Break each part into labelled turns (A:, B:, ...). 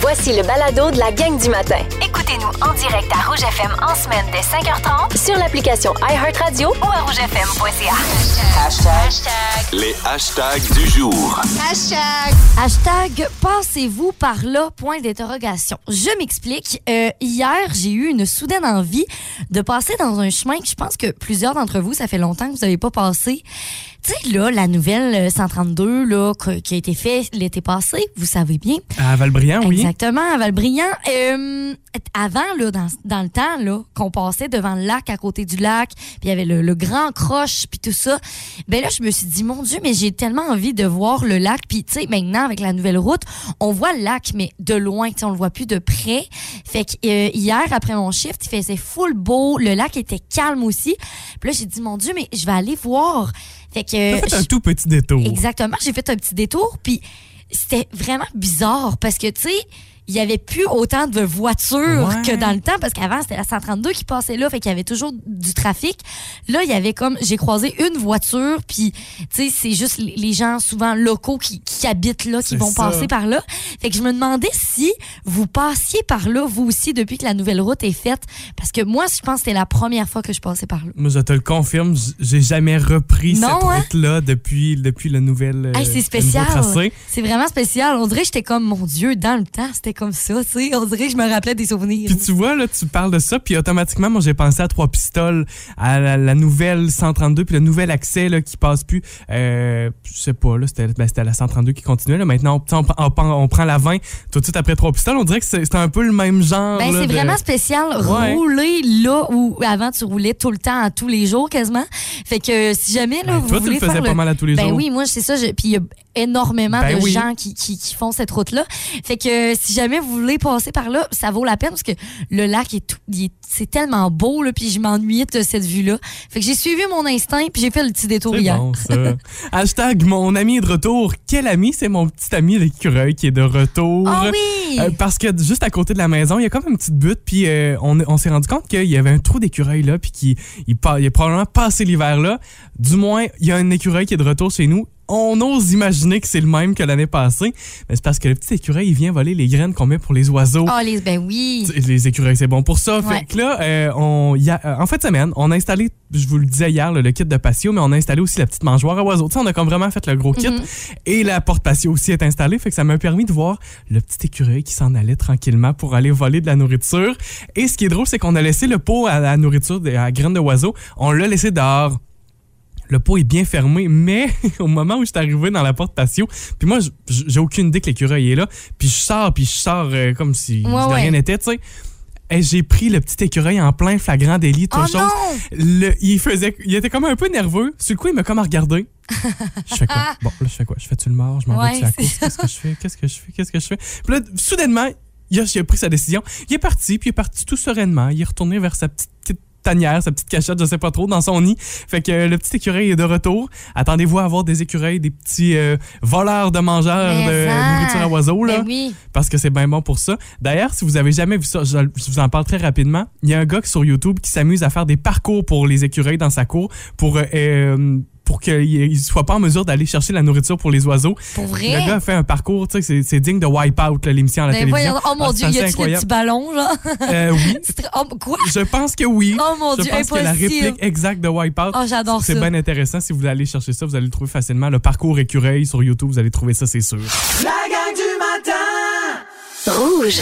A: Voici le balado de la gang du matin. Écoutez-nous en direct à Rouge FM en semaine dès 5h30 sur l'application iHeartRadio ou à rougefm.ca.
B: Les hashtags du jour.
C: Hashtag passez-vous par là, point d'interrogation. Je m'explique. Euh, hier, j'ai eu une soudaine envie de passer dans un chemin que je pense que plusieurs d'entre vous, ça fait longtemps que vous n'avez pas passé. Tu sais, là, la nouvelle euh, 132 là, que- qui a été faite l'été passé, vous savez bien.
D: À Valbriand, oui.
C: Exactement, à Valbriand. Euh, avant, là, dans, dans le temps, là, qu'on passait devant le lac, à côté du lac, puis il y avait le, le grand croche, puis tout ça. Ben là, je me suis dit, mon Dieu, mais j'ai tellement envie de voir le lac. Puis, tu sais, maintenant, avec la nouvelle route, on voit le lac, mais de loin, tu sais, on le voit plus de près. Fait que euh, hier, après mon shift, il faisait full beau. Le lac était calme aussi. Puis là, j'ai dit, mon Dieu, mais je vais aller voir. Fait que...
D: T'as fait un
C: Euh, je-
D: tout petit détour.
C: Exactement. J'ai fait un petit détour, puis c'était vraiment bizarre parce que, tu sais, il n'y avait plus autant de voitures
D: Ouais.
C: que dans le temps parce qu'avant, c'était la 132 qui passait là, fait qu'il y avait toujours du trafic. Là, il y avait comme, j'ai croisé une voiture, puis, tu sais, c'est juste les- les gens souvent locaux qui, qui habitent là, qui
D: C'est
C: vont
D: ça.
C: passer par là. Fait que je me demandais si vous passiez par là, vous aussi, depuis que la nouvelle route est faite, parce que moi, je pense que c'était la première fois que je passais par là.
D: Moi, je te le confirme, j- j'ai jamais repris
C: Non,
D: cette
C: hein?
D: route-là depuis, depuis le nouvel, euh,
C: Hey, c'est
D: le
C: spécial.
D: nouveau tracé.
C: C'est vraiment spécial. On dirait que j'étais comme, mon Dieu, dans le temps, c'était comme ça, tu sais. On dirait que je me rappelais des souvenirs.
D: Puis tu vois, là, tu parles de ça, puis automatiquement, moi, j'ai pensé à Trois Pistoles, à la, la nouvelle 132, puis le nouvel accès là, qui passe plus. Euh, je sais pas, là, c'était ben, c'était la 132 qui continuait. Là. Maintenant, on, on, prend- on prend la 20 tout de suite après Trois Pistoles. On dirait que c'est c'est un peu le même genre.
C: Ben,
D: là,
C: c'est
D: de-
C: vraiment spécial.
D: Ouais.
C: Rouler là où avant tu roulais tout le temps, à tous les jours quasiment. Fait que euh, si jamais là,
D: Ben,
C: vous
D: toi, tu le
C: voulez
D: faisais
C: faire
D: pas
C: le...
D: mal à tous les
C: Ben
D: jours.
C: oui, moi c'est ça. je- Puis il y a énormément
D: Ben
C: de
D: oui.
C: gens qui, qui, qui font cette route là. Fait que euh, si jamais vous voulez passer par là, ça vaut la peine parce que le lac est tout, il est- c'est tellement beau là. Puis je m'ennuyais de cette vue là. Fait que j'ai suivi mon instinct puis j'ai fait le petit détour
D: C'est
C: hier.
D: bon, ça. Hashtag mon ami est de retour. Quel ami? C'est mon petit ami l'écureuil qui est de retour.
C: Ah oui.
D: Euh, parce que juste à côté de la maison, il y a comme une petite butte, puis euh, on, on s'est rendu compte qu'il y avait un trou d'écureuil là, puis qu'il il, pa- il est probablement passé l'hiver là. Du moins, il y a un écureuil qui est de retour chez nous. On ose imaginer que c'est le même que l'année passée, mais c'est parce que le petit écureuil, il vient voler les graines qu'on met pour les oiseaux.
C: Ah, les, ben oui.
D: T- Les écureuils, c'est bon pour ça.
C: Ouais.
D: Fait que là, euh, on, y a- euh, en fin de semaine, on a installé, je vous le disais hier, là, le kit de patio, mais on a installé aussi la petite mangeoire à oiseaux. Tu sais, on a comme vraiment fait le gros kit.
C: Mhm.
D: Et la porte patio aussi est installée. Fait que ça m'a permis de voir le petit écureuil qui s'en allait tranquillement pour aller voler de la nourriture. Et ce qui est drôle, c'est qu'on a laissé le pot à la nourriture, de- à la graine de oiseau, on l'a laissé dehors. Le pot est bien fermé, mais au moment où je suis arrivé dans la porte patio, puis moi, j- j- j'ai aucune idée que l'écureuil est là, puis je sors, puis je sors euh, comme si
C: Ouais,
D: de
C: ouais.
D: rien n'était, tu sais. Et j'ai pris le petit écureuil en plein flagrant délit, tout
C: Oh
D: chose.
C: non!
D: Le- il faisait, il était comme un peu nerveux. Sur le coup, il m'a comme regardé. je fais quoi? Bon, là, je fais quoi? Je fais-tu le mort? Je m'en
C: Ouais,
D: vais-tu à la
C: c'est
D: course? Qu'est-ce que je fais? Qu'est-ce que je fais? Qu'est-ce que je fais? Puis là, soudainement, il a, il a pris sa décision. Il est parti, puis il est parti tout sereinement. Il est retourné vers sa petite, petite tanière, sa petite cachette, je sais pas trop, dans son nid. Fait que euh, le petit écureuil est de retour. Attendez-vous à avoir des écureuils, des petits euh, voleurs de mangeurs
C: Mais
D: de
C: ça.
D: nourriture à oiseaux, là
C: Ben oui.
D: parce que c'est bien bon pour ça. D'ailleurs, si vous avez jamais vu ça, je, je vous en parle très rapidement. Il y a un gars sur YouTube qui s'amuse à faire des parcours pour les écureuils dans sa cour pour euh, euh, pour qu'ils ne soient pas en mesure d'aller chercher la nourriture pour les oiseaux.
C: Pour vrai?
D: Le gars a fait un parcours, tu sais, c'est- c'est digne de Wipeout, là, l'émission à la
C: Ben
D: télévision.
C: voyons, oh mon
D: Ah,
C: Dieu,
D: c'est
C: y
D: assez
C: a-tu le petit
D: incroyable.
C: ballon, genre?
D: Euh, oui,
C: C'est très- oh, quoi?
D: je pense que oui.
C: Oh mon
D: je
C: Dieu,
D: pense que la
C: impossible!
D: réplique exacte de Wipeout,
C: Oh, j'adore ça.
D: c'est bien intéressant. Si vous allez chercher ça, vous allez le trouver facilement. Le parcours écureuil sur YouTube, vous allez trouver ça, c'est sûr.
E: La gang du matin
A: Rouge.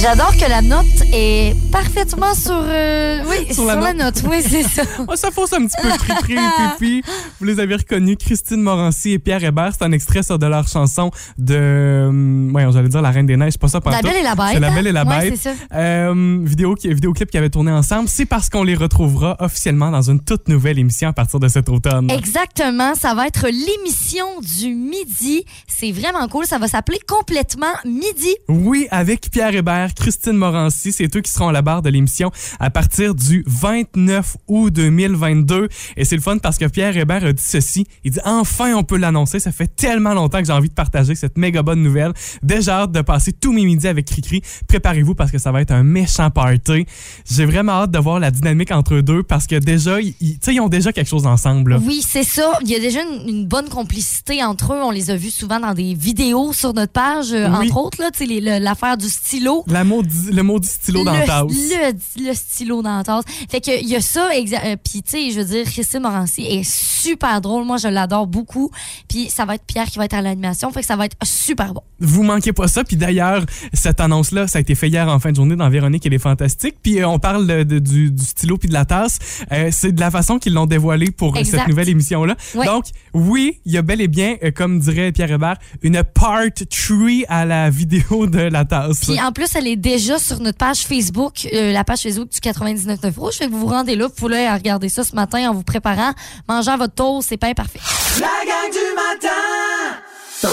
C: J'adore que la note est parfaitement sur, euh, oui, sur,
D: Sur la
C: la, note. Oui, c'est ça.
D: Oh, ça fausse un petit peu Cricri et Pipi. Vous les avez reconnus, Christine Morancy et Pierre Hébert. C'est un extrait sur de leur chanson de. hum, Voyons, j'allais dire La Reine des Neiges, c'est pas ça,
C: La
D: pantoute.
C: belle et la bête.
D: C'est La Belle et la
C: Ouais,
D: Bête.
C: c'est ça.
D: Euh, vidéo qui, vidéoclip qui avait tourné ensemble. C'est parce qu'on les retrouvera officiellement dans une toute nouvelle émission à partir de cet automne.
C: Exactement, ça va être l'émission du midi. C'est vraiment cool, ça va s'appeler complètement midi.
D: Oui, avec Pierre Hébert Christine Morancy. C'est eux qui seront à la barre de l'émission à partir du 29 août 2022. Et c'est le fun parce que Pierre Hébert a dit ceci. Il dit enfin on peut l'annoncer. Ça fait tellement longtemps que j'ai envie de partager cette méga bonne nouvelle. Déjà hâte de passer tous mes midis avec Cricri. Préparez-vous parce que ça va être un méchant party. J'ai vraiment hâte de voir la dynamique entre eux deux parce que déjà, ils, ils- tu sais, ils ont déjà quelque chose ensemble. là.
C: Oui, c'est ça. Il y a déjà une, une bonne complicité entre eux. On les a vus souvent dans des vidéos sur notre page, euh,
D: Oui.
C: entre autres, là, tu sais, les- le- l'affaire du stylo.
D: La maudit- le maudit stylo dans
C: le,
D: la tasse.
C: Le, le stylo dans la tasse. Fait que il y a ça, exa- euh, puis tu sais, je veux dire, Christine Morancy est super drôle. Moi, je l'adore beaucoup. Puis ça va être Pierre qui va être à l'animation. Fait que ça va être super bon.
D: Vous manquez pas ça. Puis d'ailleurs, cette annonce-là, ça a été fait hier en fin de journée dans Véronique et les Fantastiques. Puis euh, on parle de- de- du, du stylo puis de la tasse. Euh, c'est de la façon qu'ils l'ont dévoilé pour euh, cette
C: Exact.
D: nouvelle émission-là.
C: Ouais.
D: Donc, oui, il y a bel et bien, euh, comme dirait Pierre Hébert, une part tree à la vidéo de la tasse.
C: Puis en plus, elle est déjà sur notre page Facebook, euh, la page Facebook du 99.9 Rouge. Fait que vous vous rendez là, vous pouvez regarder ça ce matin en vous préparant, mangeant votre toast, c'est pas parfait.
E: La gang du matin!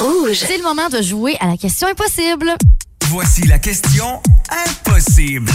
A: Rouge.
C: C'est le moment de jouer à la question impossible.
F: Voici la question impossible.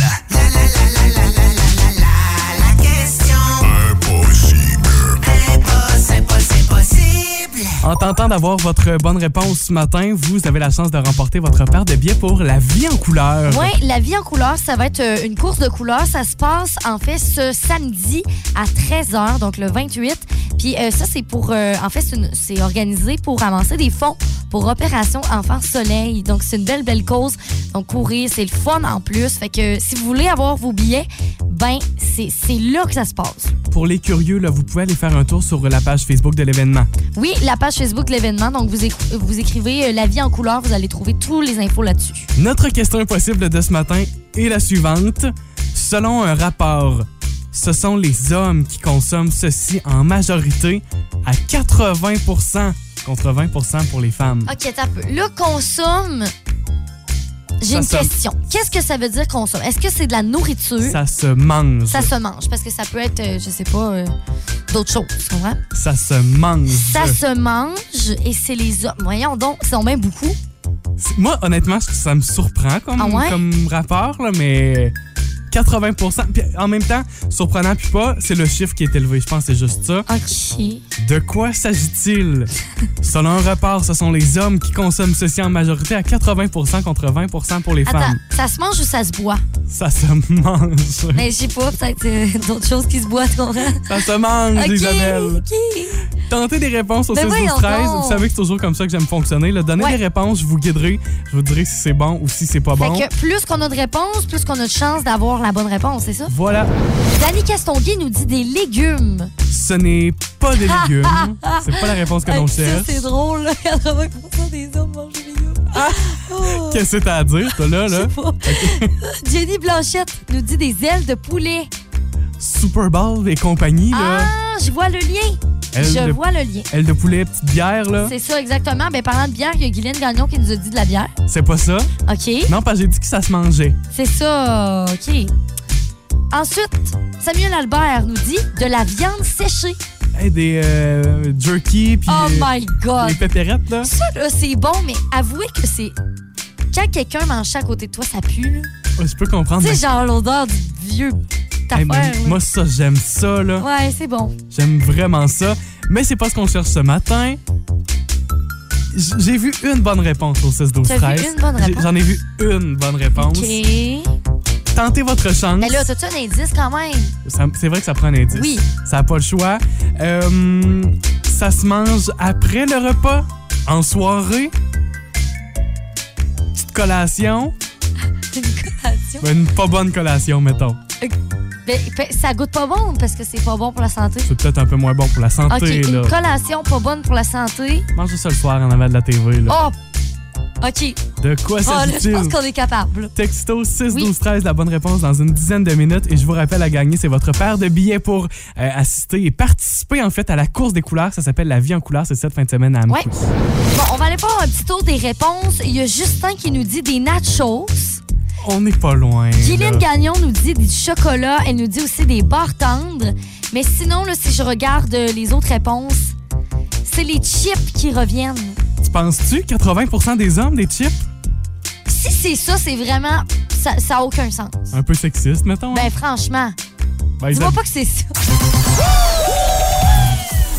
D: En tentant d'avoir votre bonne réponse ce matin, vous avez la chance de remporter votre paire de billets pour la vie en couleur.
C: Oui, la vie en couleur, ça va être euh, une course de couleurs. Ça se passe en fait ce samedi à 13h, donc le 28. Puis euh, ça, c'est pour, euh, en fait, c'est une- c'est organisé pour avancer des fonds pour Opération Enfant Soleil. Donc c'est une belle, belle cause. Donc courir, c'est le fun en plus. Fait que euh, si vous voulez avoir vos billets, ben c'est c'est là que ça se passe.
D: Pour les curieux, là, vous pouvez aller faire un tour sur la page Facebook de l'événement.
C: Oui, la page Facebook de l'événement. Donc vous, éc- vous écrivez euh, la vie en couleur, vous allez trouver tous les infos là-dessus.
D: Notre question impossible de ce matin est la suivante. Selon un rapport, ce sont les hommes qui consomment ceci en majorité à 80 contre 20 pour les femmes.
C: OK, t'as peu. Là, consomme. J'ai
D: Ça
C: une
D: somme.
C: question. Qu'est-ce que ça veut dire consomme? Est-ce que c'est de la nourriture? Ça,
D: Ça se mange. Ça,
C: se mange. Parce que ça peut être, euh, je sais pas, euh, d'autres choses. Tu comprends?
D: se mange.
C: Ça se mange et c'est les hommes. Voyons donc, c'est en même beaucoup.
D: C'est- Moi, honnêtement, je- ça me surprend comme,
C: Ah ouais?
D: comme rapport, là, mais 80 Puis en même temps, surprenant puis pas, c'est le chiffre qui est élevé. Je pense que c'est juste ça.
C: OK.
D: De quoi s'agit-il? Selon un rapport, ce sont les hommes qui consomment ceci en majorité à 80 contre 20 pour les
C: Attends,
D: femmes.
C: ça se mange ou ça se boit?
D: Ça se mange.
C: Mais je sais pas, peut-être euh, d'autres choses qui se boivent, tu comprends?
D: Ça se mange,
C: OK.
D: Isabelle.
C: OK.
D: Tentez des réponses au
C: Ben
D: 16 12
C: voyons
D: 13.
C: donc.
D: Vous savez que c'est toujours comme ça que j'aime fonctionner. là. Donnez
C: Ouais.
D: des réponses, je vous guiderai. Je vous dirai si c'est bon ou si c'est pas bon.
C: Fait que plus qu'on a de réponses, plus qu'on a de chances d'avoir la bonne réponse, c'est ça?
D: Voilà.
C: Danny Castonguay nous dit des légumes.
D: Ce n'est pas des légumes. C'est pas la réponse que
C: Ah,
D: l'on
C: ça,
D: cherche.
C: C'est drôle, là, 80% des hommes mangent des légumes. Oh,
D: Qu'est-ce que t'as à dire, toi, là,
C: je sais
D: là?
C: pas. Jenny Blanchette nous dit des ailes de poulet.
D: Super Bowl et compagnie, là.
C: Ah, je vois le lien.
D: Aile
C: je
D: de- Hein?
C: vois le lien.
D: aile de poulet, petite bière, là.
C: C'est ça, exactement. Ben, parlant de bière, il y a Guylaine Gagnon qui nous a dit de la bière.
D: C'est pas ça?
C: OK.
D: Non, parce que j'ai dit que ça se mangeait.
C: C'est ça. OK. Ensuite, Samuel Albert nous dit de la viande séchée.
D: Hey, des euh, jerky, puis
C: Oh
D: des-
C: my God.
D: des pépérettes, là.
C: Ça, là, c'est bon, mais avouez que c'est. Quand quelqu'un mange ça à côté de toi, ça pue, là.
D: Oh, je peux comprendre.
C: Tu sais,
D: mais-
C: genre l'odeur du vieux
D: Hey, mais
C: affaire.
D: moi, ça, j'aime ça, là.
C: Ouais, c'est bon.
D: J'aime vraiment ça. Mais c'est pas ce qu'on cherche ce matin. J- J'ai vu une bonne réponse au 16 12
C: T'as vu
D: 13
C: une bonne
D: J'ai-
C: réponse?
D: J'en ai vu une bonne réponse.
C: OK. Mais
D: Tentez votre chance.
C: là, t'as-tu un indice quand même?
D: Ça- C'est vrai que ça prend un indice.
C: Oui.
D: Ça n'a pas le choix. Euh, ça se mange après le repas, en soirée, petite collation,
C: C'est une collation.
D: Ben, une pas bonne collation, mettons.
C: Ben, ben, ça goûte pas bon parce que c'est pas bon pour la santé.
D: C'est peut-être un peu moins bon pour la santé,
C: OK, une
D: là.
C: collation pas bonne pour la santé.
D: Mange ça le soir en avant de la TV, là.
C: Oh! OK.
D: De quoi
C: Oh, là, je
D: s'agit-il?
C: pense qu'on est capable.
D: Texto 6
C: Oui.
D: 12 13 la bonne réponse dans une dizaine de minutes et je vous rappelle à gagner c'est votre paire de billets pour euh, assister et participer en fait à la course des couleurs ça s'appelle la vie en couleur c'est cette fin de semaine à
C: Ouais.
D: Amco.
C: Bon, on va aller voir un petit tour des réponses. Il y a Justin qui nous dit des nachos.
D: On n'est pas loin. là.
C: Guylaine Gagnon nous dit du chocolat. Elle nous dit aussi des barres tendres. Mais sinon, là, si je regarde euh, les autres réponses, c'est les chips qui reviennent.
D: Tu penses-tu 80% des hommes des chips
C: Si c'est ça, c'est vraiment. Ça n'a aucun sens.
D: Un peu sexiste, mettons. hein?
C: Ben franchement,
D: Ben, ils
C: dis-moi
D: aiment-
C: pas que c'est ça.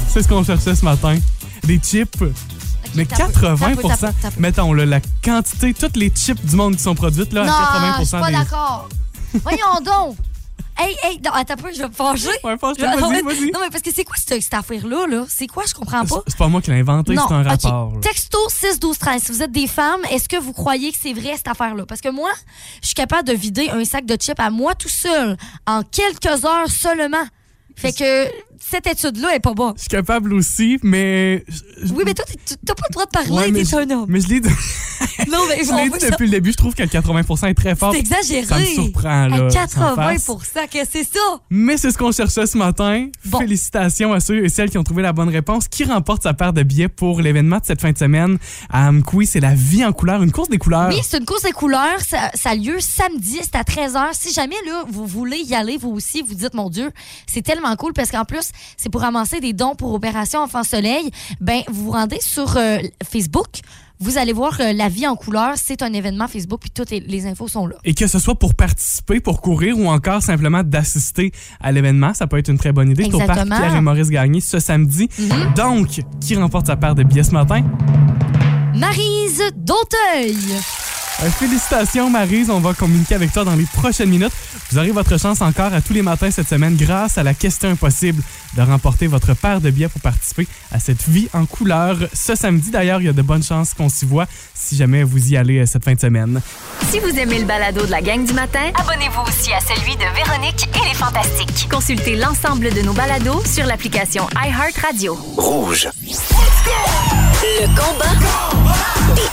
D: C'est ce qu'on cherchait ce matin. Des chips. Mais
C: t'as peu, t'as
D: 80
C: peu, t'as peu, t'as peu.
D: mettons, là, la quantité, toutes les chips du monde qui sont produites, là,
C: Non,
D: à
C: je suis
D: 80
C: pas
D: des...
C: d'accord. Voyons donc. Hey, hey, non, attends un peu, je vais me fâcher.
D: Ouais, fâche-toi,
C: Je-
D: vas-y,
C: non, mais-
D: vas-y.
C: Non, mais parce que c'est quoi cette, cette affaire-là? Là? C'est quoi? Je comprends pas.
D: C'est- C'est pas moi qui l'ai inventé,
C: Non,
D: c'est un
C: ok.
D: rapport. là.
C: Texto 6 12 13 Si vous êtes des femmes, est-ce que vous croyez que c'est vrai cette affaire-là? Parce que moi, je suis capable de vider un sac de chips à moi tout seul en quelques heures seulement. Fait que cette étude-là est pas bonne.
D: Je suis capable aussi, mais. je- je-
C: Oui, mais toi, t'es- tu- t'as pas le droit de parler,
D: Ouais, mais
C: t'es
D: je-
C: un homme.
D: Mais je l'ai dit,
C: Non, mais
D: je
C: on
D: l'ai
C: veut
D: dit
C: ça-
D: depuis le début, je trouve que le 80 est très fort.
C: c'est exagéré.
D: Ça me surprend,
C: À
D: là. sans
C: 80
D: farce.
C: que c'est ça?
D: Mais c'est ce qu'on cherchait ce matin.
C: Bon.
D: Félicitations à ceux et celles qui ont trouvé la bonne réponse. Qui remporte sa paire de billets pour l'événement de cette fin de semaine à Amkoui? C'est la vie en couleur, une course des couleurs.
C: Oui, c'est une course des couleurs. Ça, ça a lieu samedi, c'est à 13h. Si jamais là, vous voulez y aller, vous aussi, vous dites, mon Dieu, c'est tellement cool parce qu'en plus, c'est pour ramasser des dons pour Opération Enfant Soleil. Ben, vous vous rendez sur euh, Facebook. Vous allez voir euh, la vie en couleur. C'est un événement Facebook, puis toutes les, les infos sont là.
D: Et que ce soit pour participer, pour courir ou encore simplement d'assister à l'événement, ça peut être une très bonne idée. C'est au parc
C: Exactement.
D: Pierre et Maurice Gagné ce samedi. Donc, qui remporte sa paire de billets ce matin?
C: Marise d'Auteuil.
D: Euh, Félicitations, Marise. On va communiquer avec toi dans les prochaines minutes. Vous aurez votre chance encore à tous les matins cette semaine grâce à la question impossible de remporter votre paire de billets pour participer à cette vie en couleur. Ce samedi, d'ailleurs, il y a de bonnes chances qu'on s'y voit si jamais vous y allez euh, cette fin de semaine.
A: Si vous aimez le balado de la gang du matin, abonnez-vous aussi à celui de Véronique et les Fantastiques. Consultez l'ensemble de nos balados sur l'application iHeartRadio.
B: Rouge.
A: Le combat.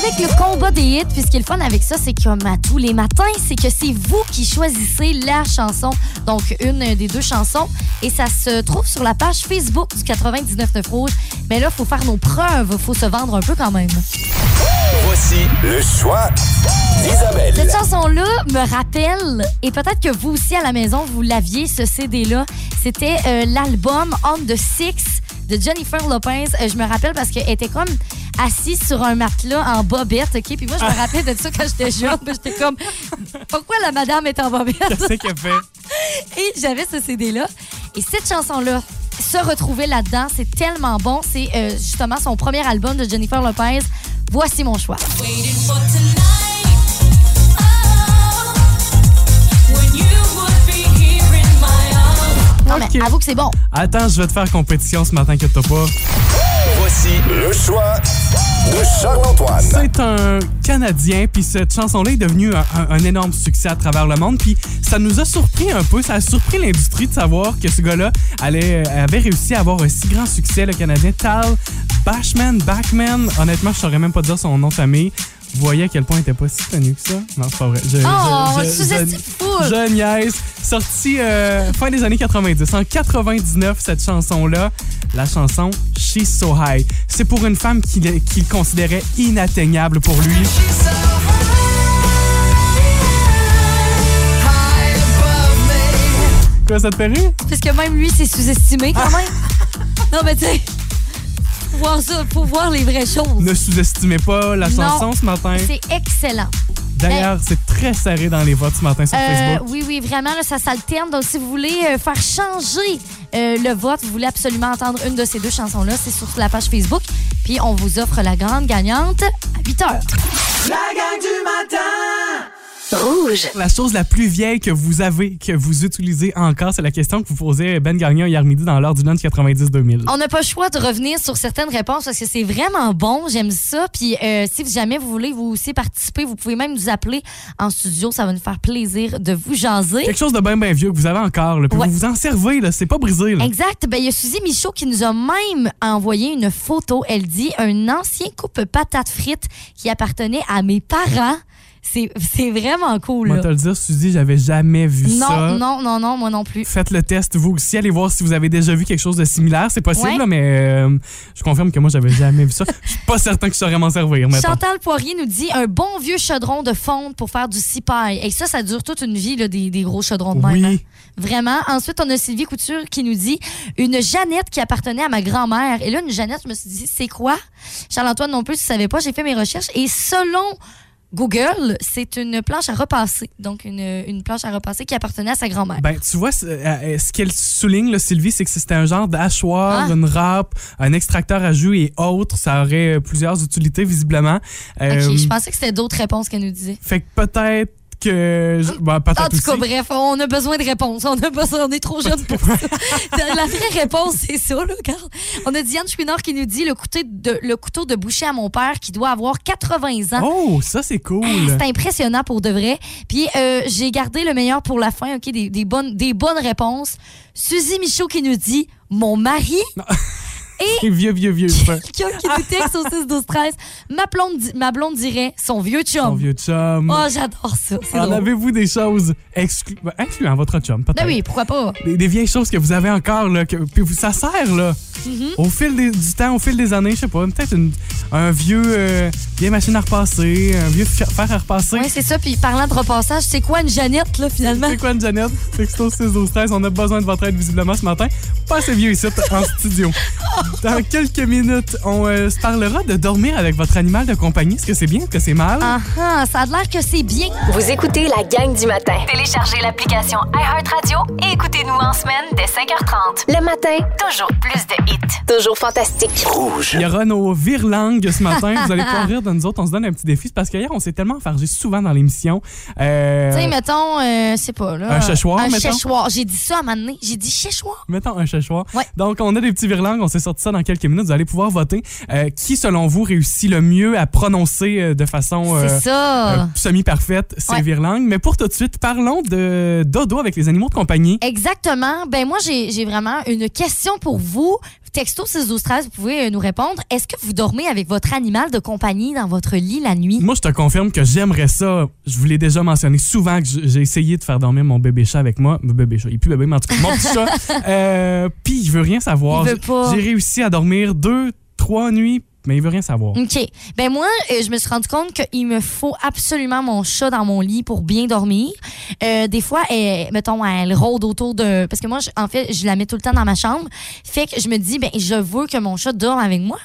C: Avec le combat des hits, puis ce qui est le fun avec ça, c'est comme à tous les matins, c'est que c'est vous qui choisissez la chanson, donc une des deux chansons, et ça se trouve sur la page Facebook du 99.9 Rouge. Mais là, faut faire nos preuves, faut se vendre un peu quand même.
B: Voici le choix d'Isabelle.
C: Cette chanson-là me rappelle, et peut-être que vous aussi à la maison, vous l'aviez, ce CD-là. C'était euh, l'album On the Six de Jennifer Lopez. Euh, je me rappelle parce qu'elle était comme assise sur un matelas en bobette, OK? Puis moi, je me rappelle de ça quand j'étais jeune. puis J'étais comme, pourquoi la madame est en bobette?
D: Qu'est-ce qu'elle fait?
C: Et j'avais ce CD-là. Et cette chanson-là, se retrouver là-dedans, c'est tellement bon. C'est euh, justement son premier album de Jennifer Lopez. Voici mon choix. Non, mais avoue que c'est bon.
D: Attends, je vais te faire compétition ce matin, inquiète-toi pas.
B: Voici le choix de Charles-Antoine.
D: C'est un Canadien, puis cette chanson-là est devenue un, un- un énorme succès à travers le monde. Puis ça nous a surpris un peu, ça a surpris l'industrie de savoir que ce gars-là allait- euh, avait réussi à avoir un si grand succès, le Canadien Tal Bashman, Backman. Honnêtement, je saurais même pas dire son nom de famille. Vous voyez à quel point il était pas si connu que ça? Non, c'est pas vrai. Je-
C: Oh,
D: je-
C: on le
D: je-
C: sous-estime
D: je-
C: full.
D: je niaise. Sorti euh, fin des années 90. En 99, cette chanson-là, la chanson She's So High. C'est pour une femme qu'il qu'il considérait inatteignable pour lui. Quoi, ça te fait rire?
C: Parce que même lui, c'est sous-estimé quand même. non, mais tu sais, faut voir ça, faut voir les vraies choses.
D: Ne sous-estimez pas la
C: Non.
D: chanson ce matin.
C: C'est excellent.
D: D'ailleurs, c'est très serré dans les votes ce matin sur
C: Euh,
D: Facebook.
C: oui, oui, vraiment, là, ça s'alterne. Donc, si vous voulez euh, faire changer euh, le vote, vous voulez absolument entendre une de ces deux chansons-là, c'est sur la page Facebook. Puis, on vous offre la grande gagnante à 8 heures.
E: La gang du matin
A: Rouge.
D: La chose la plus vieille que vous avez, que vous utilisez encore, c'est la question que vous posez Ben Gagnon hier midi dans l'heure du lunch 90-2000.
C: On n'a pas le choix de revenir sur certaines réponses parce que c'est vraiment bon. J'aime ça. Puis euh, si jamais vous voulez vous aussi participer, vous pouvez même nous appeler en studio. Ça va nous faire plaisir de vous jaser.
D: Quelque chose de bien, bien vieux que vous avez encore, là, puis
C: Ouais.
D: vous vous en servez, là, c'est pas brisé. Là.
C: Exact. Ben, il y a Suzy Michaud qui nous a même envoyé une photo. Elle dit un ancien coupe patate frites qui appartenait à mes parents. C'est c'est vraiment cool.
D: Moi,
C: là.
D: te le dire, Suzy, j'avais jamais vu
C: Non,
D: ça.
C: non, non, non, moi non plus.
D: Faites le test, vous aussi. Allez voir si vous avez déjà vu quelque chose de similaire. C'est possible,
C: Ouais.
D: là, mais euh, je confirme que moi, j'avais jamais vu ça. Je suis pas certain que je saurais m'en servir, mettons.
C: Chantal Poirier nous dit un bon vieux chaudron de fonte pour faire du cipaille. Et ça, ça dure toute une vie, là, des, des gros chaudrons de
D: Oui.
C: même. hein. Vraiment. Ensuite, on a Sylvie Couture qui nous dit une Jeannette qui appartenait à ma grand-mère. Et là, une Jeannette, je me suis dit, c'est quoi? Charles-Antoine non plus, je ne savais pas. J'ai fait mes recherches. Et selon Google, c'est une planche à repasser. Donc, une, une planche à repasser qui appartenait à sa grand-mère.
D: Ben, tu vois, c'est- euh, euh, ce qu'elle souligne, là, Sylvie, c'est que c'était un genre d'hachoir,
C: Ah.
D: une râpe, un extracteur à jus et autres. Ça aurait euh, plusieurs utilités, visiblement. Euh,
C: OK, je pensais que c'était d'autres réponses qu'elle nous disait.
D: Fait que peut-être que. je- ben, peut-être
C: Ah, En tout cas,
D: aussi.
C: bref, on a besoin de réponses. On, a besoin, on est trop jeune pour ça. La vraie réponse, c'est ça. Là, Carl. On a Diane Chouinard qui nous dit le couteau, de, le couteau de boucher à mon père qui doit avoir 80 ans.
D: Oh, ça, c'est cool.
C: C'est impressionnant pour de vrai. Puis euh, j'ai gardé le meilleur pour la fin, OK, des, des bonnes, des bonnes réponses. Suzy Michaud qui nous dit Mon mari,
D: C'est vieux, vieux, vieux. ça.
C: quelqu'un qui nous texte au 6 12 13 ma blonde, di- ma blonde dirait son vieux
D: Mon
C: chum.
D: vieux chum.
C: Oh, j'adore ça. C'est
D: en
C: drôle.
D: avez-vous des choses exclu... ben, incluant votre chum, peut-être?
C: Ben oui, pourquoi pas?
D: des, des vieilles choses que vous avez encore, là, que, puis vous- ça sert, là.
C: Mm-hmm.
D: Au fil des- du temps, au fil des années, je sais pas, peut-être une- un vieux, euh, vieille machine à repasser, un vieux fi- fer à repasser.
C: Oui, c'est ça. Puis parlant de repassage, c'est quoi une Jeannette, là, finalement?
D: c'est quoi une Jeannette? Texto 6 12 13 on a besoin de votre aide visiblement ce matin. Pas assez vieux ici en studio. Dans quelques minutes, on euh, se parlera de dormir avec votre animal de compagnie. Est-ce que c'est bien? Est-ce que c'est mal?
C: Ah, ah, ça a l'air que c'est bien.
A: Vous écoutez la gang du matin. Téléchargez l'application iHeartRadio et écoutez-nous en semaine dès 5h30. Le matin, toujours plus de hits. Toujours fantastique.
D: Il y aura nos virlangues ce matin. Vous allez pouvoir rire de nous autres. On se donne un petit défi. C'est parce qu'hier, on s'est tellement fargé souvent dans l'émission. Euh,
C: Tu sais, mettons, euh, c'est pas là.
D: Un chéchoir,
C: Un
D: mettons.
C: chéchoir. J'ai dit ça à un moment donné. J'ai dit chéchoir.
D: Mettons un chéchoir.
C: Ouais.
D: Donc, on a des petits virlangues. On s'est sorti ça dans quelques minutes. Vous allez pouvoir voter euh, qui, selon vous, réussit le mieux à prononcer euh, de façon euh,
C: c'est ça.
D: euh, semi-parfaite ces
C: Ouais.
D: virlangues. Mais pour tout de suite, parlons de dodo avec les animaux de compagnie.
C: Exactement. Ben moi, j'ai j'ai vraiment une question pour vous. Texto 61213, vous pouvez euh, nous répondre. Est-ce que vous dormez avec votre animal de compagnie dans votre lit la nuit?
D: Moi, je te confirme que j'aimerais ça. Je vous l'ai déjà mentionné souvent que j- j'ai essayé de faire dormir mon bébé chat avec moi. Mon bébé chat, il est plus bébé, mais en tout cas, mon petit chat. Euh, Puis, il veut rien savoir.
C: Il veut pas.
D: J'ai réussi à dormir deux, trois nuits, mais il veut rien savoir.
C: OK. Ben moi, euh, je me suis rendu compte qu'il me faut absolument mon chat dans mon lit pour bien dormir. Euh, des fois, elle, mettons, elle rôde autour de... Parce que moi, je- en fait, je la mets tout le temps dans ma chambre. Fait que je me dis, ben je veux que mon chat dorme avec moi.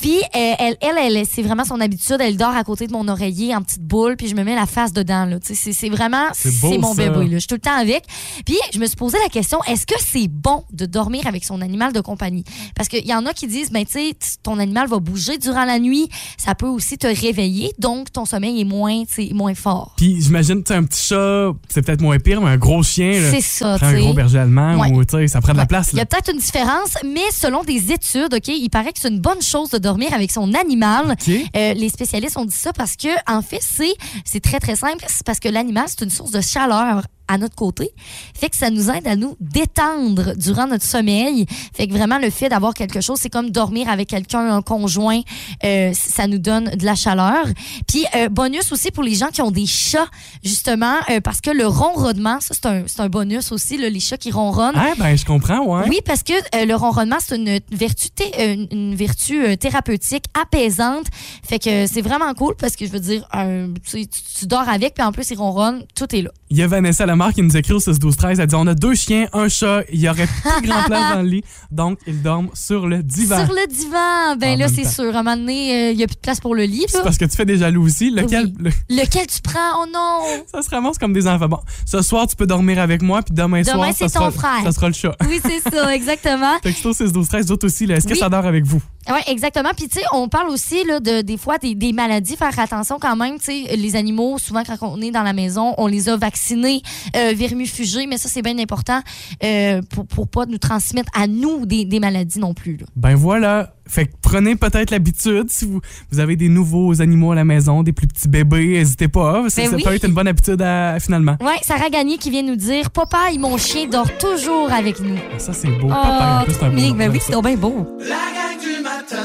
C: Puis, euh, elle, elle, elle- c'est vraiment son habitude. Elle dort à côté de mon oreiller en petite boule, puis je me mets la face dedans. Là. Tu sais, C'est, c'est vraiment...
D: C'est beau,
C: mon
D: ça.
C: bébé. Là. Je suis tout le temps avec. Puis, je me suis posé la question, est-ce que c'est bon de dormir avec son animal de compagnie? Parce qu'il y en a qui disent, ben, tu sais, t- ton animal va bouger durant la nuit. Ça peut aussi te réveiller. Donc, ton sommeil est moins, tu sais, moins fort.
D: Puis j'imagine, tu sais, un petit chat, c'est peut-être moins pire, mais un gros chien, là,
C: C'est ça, tu
D: prends un
C: sais.
D: gros berger allemand
C: Ouais.
D: ou tu sais, ça prend de la place.
C: Il y
D: Là.
C: a peut-être une différence, mais selon des études, OK, il paraît que c'est une bonne chose de dormir avec son animal.
D: OK.
C: Euh, les spécialistes ont dit ça parce que, en fait, c'est, c'est très, très simple. C'est parce que l'animal, c'est une source de chaleur à notre côté. Fait que ça nous aide à nous détendre durant notre sommeil. Fait que vraiment, le fait d'avoir quelque chose, c'est comme dormir avec quelqu'un, un conjoint. Euh, ça nous donne de la chaleur. Puis, euh, bonus aussi pour les gens qui ont des chats, justement, euh, parce que le ronronnement, ça, c'est un, c'est un bonus aussi, là, les chats qui ronronnent.
D: Ah ben je comprends, ouais.
C: Oui, parce que euh, le ronronnement, c'est une vertu, thé- euh, une- une vertu euh, thérapeutique, apaisante. Fait que euh, c'est vraiment cool parce que je veux dire, euh, tu, sais, tu- tu dors avec, puis en plus, il ronronne, tout est là.
D: Il y a Vanessa Lamar qui nous écrit au 6-12-13, elle dit on a deux chiens, un chat, il y aurait plus grand place dans le lit, donc ils dorment sur le divan.
C: Sur le divan, ben
D: En
C: là,
D: même
C: c'est
D: temps.
C: sûr. À un moment donné, euh, il n'y a plus de place pour le lit.
D: C'est
C: là.
D: parce que tu fais des jalousies, lequel
C: Oui.
D: le-
C: Lequel tu prends? Oh non!
D: ça se ramasse comme des enfants. Bon, ce soir tu peux dormir avec moi, puis demain,
C: Demain,
D: soir ça
C: c'est ton
D: sera,
C: frère.
D: ça sera le chat.
C: Oui, c'est ça, exactement.
D: Texto 6-12-13, d'autres aussi, là, est-ce que
C: Oui.
D: ça dort avec vous?
C: Oui, exactement. Puis, tu sais, on parle aussi là, de, des fois des, des maladies. Faire attention quand même. Tu sais, les animaux, souvent, quand on est dans la maison, on les a vaccinés, euh, vermifugés, mais ça, c'est bien important euh, pour, pour pas nous transmettre à nous des, des maladies non plus. là.
D: Ben voilà. Fait que prenez peut-être l'habitude, si vous, vous avez des nouveaux animaux à la maison, des plus petits bébés, n'hésitez pas. Ça,
C: Ben
D: ça
C: oui.
D: peut être une bonne habitude à- finalement.
C: Ouais, Sarah Gagné qui vient nous dire Papa et mon chien dort toujours avec nous.
D: Ça, c'est beau. Papa, Ah, en plus, c'est un
C: trop
D: beau
C: mignon.
D: nom,
C: ben oui,
D: j'aime
C: c'est
D: ça.
C: donc bien beau.
E: La gang du matin.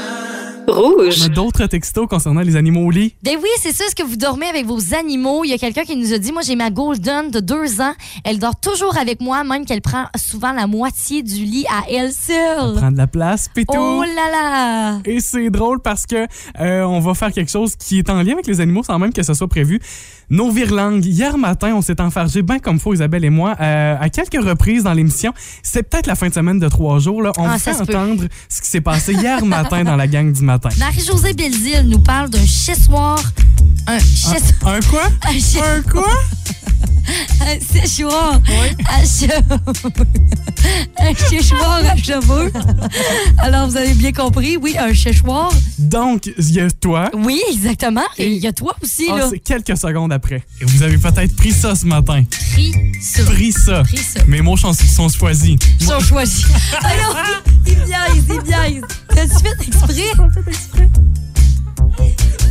A: Rouge.
D: On a d'autres textos concernant les animaux au lit.
C: Ben oui, c'est ça, est-ce que vous dormez avec vos animaux? Il y a quelqu'un qui nous a dit, moi j'ai ma Golden de deux ans, elle dort toujours avec moi, même qu'elle prend souvent la moitié du lit à elle seule.
D: Prendre la place, pétou.
C: Oh là là!
D: Et c'est drôle parce que euh, on va faire quelque chose qui est en lien avec les animaux sans même que ce soit prévu. Nos virlangues. Hier matin, on s'est enfargé bien comme faut, Isabelle et moi, euh, à quelques reprises dans l'émission. C'est peut-être la fin de semaine de trois jours. Là. On
C: Ah,
D: vous
C: ça
D: fait
C: se peut.
D: entendre ce qui s'est passé hier matin dans la gang du matin.
C: Marie-Josée Belzile nous parle d'un chissoir. Un chissoir.
D: Un quoi?
C: Un chissoir.
D: Un quoi?
C: Un séchoir à cheveux. Un séchoir à cheveux. Alors, vous avez bien compris, oui, un séchoir.
D: Donc, il y a toi.
C: Oui, exactement. Et il y a toi aussi,
D: Ah,
C: là.
D: c'est quelques secondes après. Et vous avez peut-être pris ça ce matin.
C: Pris sur.
D: Pris ça.
C: Pris ça.
D: Mes mots sont, sont choisis.
C: Ils sont choisis. Alors, il biaise, il biaise. T'as-tu fait exprès?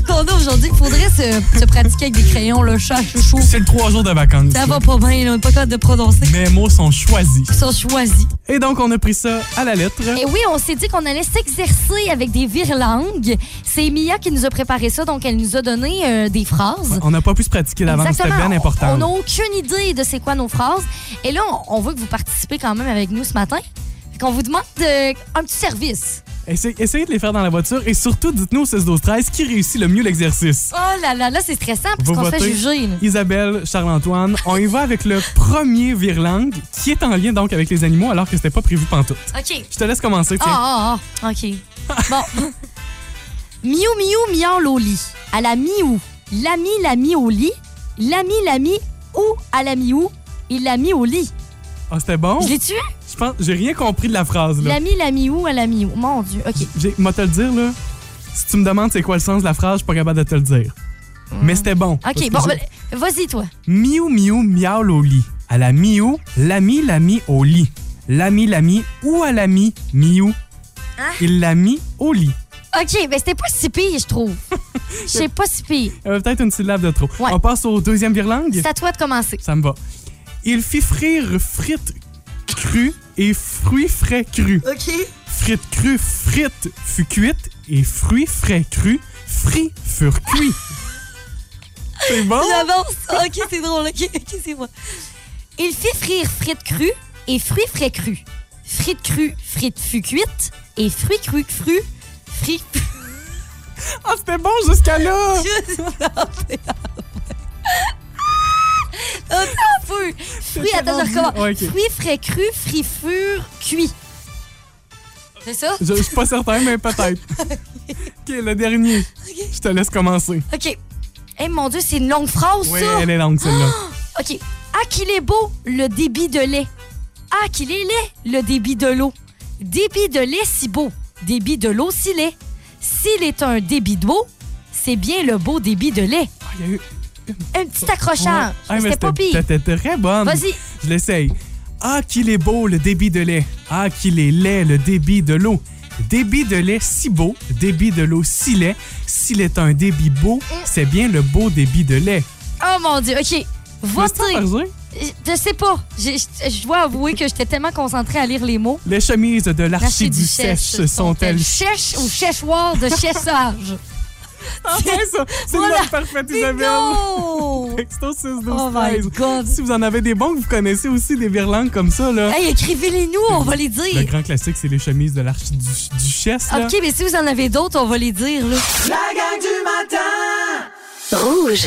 C: Qu'on a aujourd'hui, il faudrait se, se pratiquer avec des crayons, le chat, chouchou.
D: C'est le trois jours de vacances.
C: Ça va pas bien, là, on n'est pas capable de prononcer.
D: Mes mots sont choisis.
C: Ils sont choisis.
D: Et donc, on a pris ça à la lettre.
C: Et oui, on s'est dit qu'on allait s'exercer avec des virlangues. C'est Mia qui nous a préparé ça, donc elle nous a donné euh, des phrases.
D: On n'a pas pu se pratiquer d'avance. C'était bien
C: On-
D: important.
C: On n'a aucune idée de c'est quoi nos phrases. Et là, on, on veut que vous participez quand même avec nous ce matin. Fait qu'on vous demande euh, un petit service.
D: Essayez, essayez de les faire dans la voiture et surtout, dites-nous au 16-12-13 qui réussit le mieux l'exercice.
C: Oh là là, là, c'est stressant parce
D: Vous
C: qu'on se fait
D: votez.
C: juger. là.
D: Isabelle, Charles-Antoine, on y va avec le premier virlangue qui est en lien donc avec les animaux alors que c'était pas prévu pantoute.
C: OK.
D: Je te laisse commencer, tiens.
C: Ah, ah, ah. OK. Bon. miou, miou, miaule au lit. À la miou. L'ami, l'ami au lit. L'ami, l'ami ou à la miou. Il l'a mis au lit.
D: Ah, c'était bon?
C: Je l'ai tué?
D: Je pense, j'ai rien compris de la phrase, là.
C: L'ami, l'ami où à l'ami où? Mon Dieu. OK.
D: J'ai, moi, te le dire, là, si tu me demandes c'est quoi le sens de la phrase, je suis pas capable de te le dire. Mais c'était bon. Parce que
C: Mm. OK, bon,
D: j'ai-
C: ben, vas-y, toi.
D: Miou miou miaule au lit. À la miou, l'ami l'a mis au lit. L'ami l'a mis ou à l'ami miou. Il l'a mis au lit.
C: OK, ben c'était pas si pire, je trouve. Je sais pas si pire.
D: Il y avait Euh, peut-être une syllabe de trop.
C: Ouais.
D: On passe au deuxième virlangue.
C: C'est à toi de commencer.
D: Ça me va. Il fit frire frites crues et fruits frais crus.
E: OK.
D: Frites crues, frites fut cuites et fruits frais crus, frits furent cuits. C'est bon?
C: J'avance. OK, c'est drôle. OK, OK, c'est moi. Il fit frire frites crues et fruits frais crus. Frites crues, frites fut cuites et fruits crus, crus, frites...
D: Ah, c'était bon jusqu'à là!
C: Ah, t'en feu! Fruits, attends, je recommence.
D: Ouais, ok.
C: Fruits frais crus, fruits furs, cuits. C'est ça?
D: Je, je suis pas certain, mais peut-être. OK, le dernier. Je te laisse commencer.
C: OK. Eh mon Dieu, c'est une longue phrase,
D: Oui,
C: ça!
D: elle est longue, celle-là.
C: OK. Ah, qu'il est beau, le débit de lait. Ah, qu'il est laid, le débit de l'eau. Débit de lait si beau, débit de l'eau si laid. S'il est un débit d'eau, c'est bien le beau débit de lait.
D: Ah, il y a eu-
C: Un petit accrochage.
D: Ah, mais
C: C'était pas pire.
D: C'était très bonne.
C: Vas-y.
D: Je l'essaye. Ah, qu'il est beau, le débit de lait. Ah, qu'il est laid, le débit de l'eau. Débit de lait si beau, débit de l'eau si laid. S'il est un débit beau,
C: Eh.
D: c'est bien le beau débit de lait.
C: Oh mon Dieu, OK. Votez.
D: Vas-y.
C: Je sais pas. Je, je- je dois avouer que j'étais tellement concentrée à lire les mots.
D: Les chemises de l'archiduchesse sont-elles...
C: chèches ou chèchoirs de chessage?
D: Ah, ouais, ça, c'est
C: Voilà.
D: une note parfaite,
C: Mais
D: Isabelle.
C: non!
D: Texto 6 12
C: Oh my
D: 13.
C: God.
D: Si vous en avez des bons, que vous connaissez aussi des virlangues comme ça, là.
C: Hey, écrivez-les-nous, on va les
D: Le
C: dire.
D: grand classique, c'est les chemises de l'archiduchesse.
G: Ah,
D: là.
C: OK, mais si vous en avez d'autres, on va les dire. Là.
E: La gang du matin.
A: Rouge.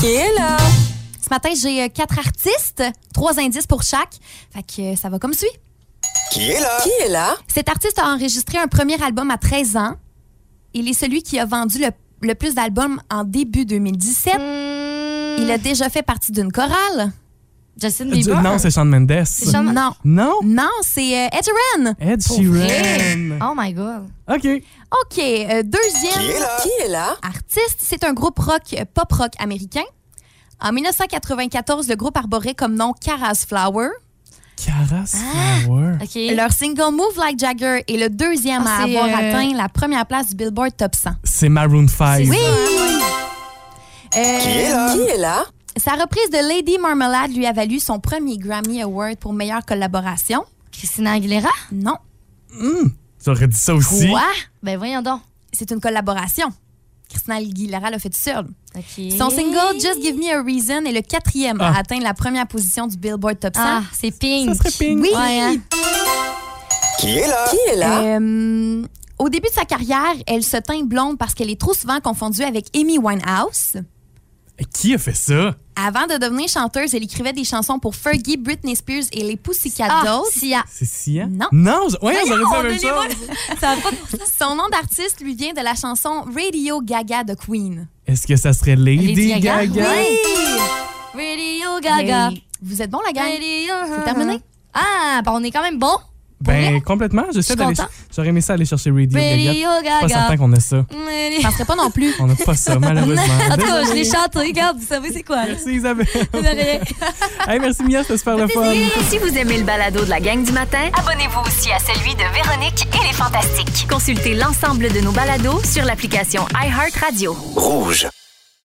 F: Qui est là?
G: Ce matin, j'ai euh, quatre artistes, trois indices pour chaque. Fait que euh, ça va comme suit.
B: Qui est là?
G: Cet artiste a enregistré un premier album à 13 ans. Il est celui qui a vendu le, le plus d'albums en début 2017. Il a déjà fait partie d'une chorale.
C: Hmm. Justin
D: Euh, Du-
C: Bieber.
D: non, c'est Sean Mendes.
C: Shawn-
G: Non.
D: Non?
G: Non, c'est euh, Ed Sheeran.
D: Ed Sheeran. Ah.
C: Oh my God.
D: OK.
G: OK, euh, deuxième
B: Qui est là?
G: artiste, c'est un groupe rock, euh, pop rock américain. En 1994, le groupe arborait comme nom Caras Flower.
D: Cara Flower.
C: Ah. OK.
G: Leur single Move Like Jagger est le deuxième
C: Ah,
G: à
C: c'est,
G: avoir
C: euh,
G: atteint la première place du Billboard Top 100.
D: C'est Maroon 5.
C: Oui.
G: Euh,
B: Qui est là?
G: Sa reprise de Lady Marmalade lui a valu son premier Grammy Award pour meilleure collaboration.
C: Christina Aguilera?
G: Non.
D: J'aurais dit ça aussi.
G: Quoi?
C: Ben voyons donc.
G: C'est une collaboration. Christina Aguilera l'a fait tout seul.
C: OK.
G: Son single Just Give Me a Reason est le quatrième à
D: Ah.
G: atteindre la première position du Billboard Top 100.
C: Ah, c'est Pink. hein.
D: Ça serait Pink.
G: Oui.
C: Ouais, hein.
B: Qui est là?
G: Euh, Au début de sa carrière, elle se teint blonde parce qu'elle est trop souvent confondue avec Amy Winehouse.
D: Qui a fait ça?
G: Avant de devenir chanteuse, elle écrivait des chansons pour Fergie, Britney Spears et les Pussycat
C: Ah,
G: Dolls.
C: Sia.
D: C'est Sia?
G: Non.
D: Non, j- ouais, j'aurais dit
C: on
D: la
C: est
D: même
C: les
D: chose.
C: Ça a pas de-
G: Son nom d'artiste lui vient de la chanson Radio Gaga de Queen.
D: Est-ce que ça serait Lady,
C: Lady
D: Gaga?
C: Gaga?
G: Oui!
C: Radio Gaga.
G: Hey, Vous êtes bon, la gang?
C: Radio.
G: C'est terminé?
C: Ah, ben on est quand même bon.
D: Ben, complètement.
C: suis
D: J'essaie d'aller.
C: content.
D: J'aurais aimé ça aller chercher Lady Gaga.
C: Radio
D: Je suis pas
C: Gaga.
D: certain qu'on a ça.
G: Je penserais pas non plus.
D: On n'a pas ça, malheureusement.
C: En tout cas, je
D: Désolé.
C: l'ai chanté. Regarde, vous savez c'est quoi. là.
D: Merci Isabelle.
C: De rien.
D: hey, merci Mia, c'était super le fun.
A: Si vous aimez le balado de la gang du matin, abonnez-vous aussi à celui de Véronique et les Fantastiques. Consultez l'ensemble de nos balados sur l'application iHeartRadio.
B: Rouge.